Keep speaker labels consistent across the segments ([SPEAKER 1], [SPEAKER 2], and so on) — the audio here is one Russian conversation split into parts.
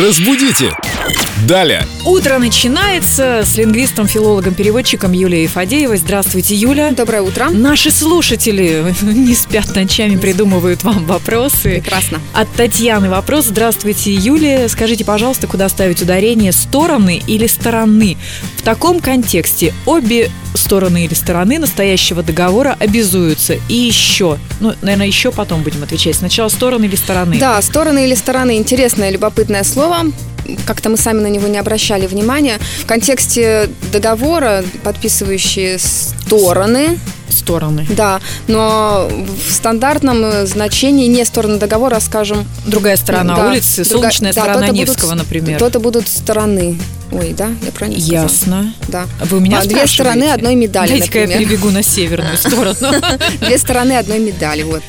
[SPEAKER 1] Разбудите! Далее!
[SPEAKER 2] Утро начинается с лингвистом, филологом, переводчиком Юлией Фадеевой. Здравствуйте, Юля.
[SPEAKER 3] Доброе утро.
[SPEAKER 2] Наши слушатели не спят ночами, придумывают вам вопросы.
[SPEAKER 3] Прекрасно.
[SPEAKER 2] От Татьяны вопрос. Здравствуйте, Юлия. Скажите, пожалуйста, куда ставить ударение стороны или стороны? В таком контексте обе стороны или стороны настоящего договора обязуются. И еще, ну, наверное, еще потом будем отвечать. Сначала стороны или стороны.
[SPEAKER 3] Да, стороны или стороны интересное, любопытное слово. Как-то мы сами на него не обращали внимания. В контексте договора подписывающие стороны,
[SPEAKER 2] Стороны.
[SPEAKER 3] да, но в стандартном э, значении не стороны договора, а, скажем,
[SPEAKER 2] Другая сторона
[SPEAKER 3] да,
[SPEAKER 2] улицы,
[SPEAKER 3] друга-
[SPEAKER 2] солнечная
[SPEAKER 3] да,
[SPEAKER 2] сторона
[SPEAKER 3] то-то будут
[SPEAKER 2] Невского,
[SPEAKER 3] с-
[SPEAKER 2] например.
[SPEAKER 3] То-то будут стороны. Ой, да, я правильно сказала.
[SPEAKER 2] Ясно.
[SPEAKER 3] Да.
[SPEAKER 2] Вы у меня
[SPEAKER 3] А, две
[SPEAKER 2] спрашиваете?
[SPEAKER 3] стороны одной медали,
[SPEAKER 2] Дайте-ка я
[SPEAKER 3] например.
[SPEAKER 2] перебегу на северную сторону.
[SPEAKER 3] Две стороны одной медали, вот.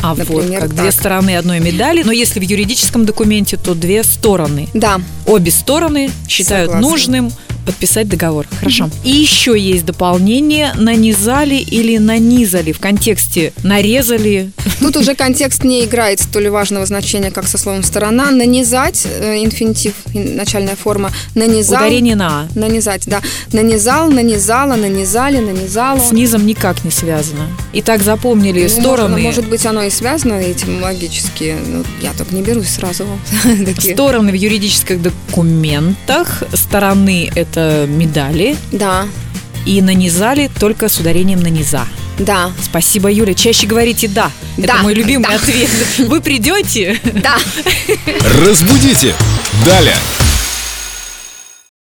[SPEAKER 2] А вот
[SPEAKER 3] Например,
[SPEAKER 2] как
[SPEAKER 3] так.
[SPEAKER 2] две стороны одной медали. Но если в юридическом документе, то две стороны.
[SPEAKER 3] Да,
[SPEAKER 2] Обе стороны считают
[SPEAKER 3] Согласна.
[SPEAKER 2] нужным подписать договор. Хорошо. И еще есть дополнение «нанизали» или «нанизали» в контексте «нарезали».
[SPEAKER 3] Тут уже контекст не играет столь важного значения, как со словом «сторона». Нанизать, э, инфинитив, ин- начальная форма, нанизал.
[SPEAKER 2] Ударение на «а».
[SPEAKER 3] Нанизать, да. Нанизал, нанизала, нанизали, нанизала.
[SPEAKER 2] С низом никак не связано. И так запомнили
[SPEAKER 3] Ну,
[SPEAKER 2] стороны.
[SPEAKER 3] Может, может быть, оно и связано этим логически. Ну, я только не берусь сразу. Такие.
[SPEAKER 2] Стороны в юридических документах, стороны – это медали,
[SPEAKER 3] Да,
[SPEAKER 2] и нанизали только с ударением на низа.
[SPEAKER 3] да,
[SPEAKER 2] Спасибо, Юля. Чаще говорите «да». Это
[SPEAKER 3] Да,
[SPEAKER 2] мой любимый
[SPEAKER 3] да.
[SPEAKER 2] ответ. Вы придете?
[SPEAKER 3] да.
[SPEAKER 1] Разбудите! Далее!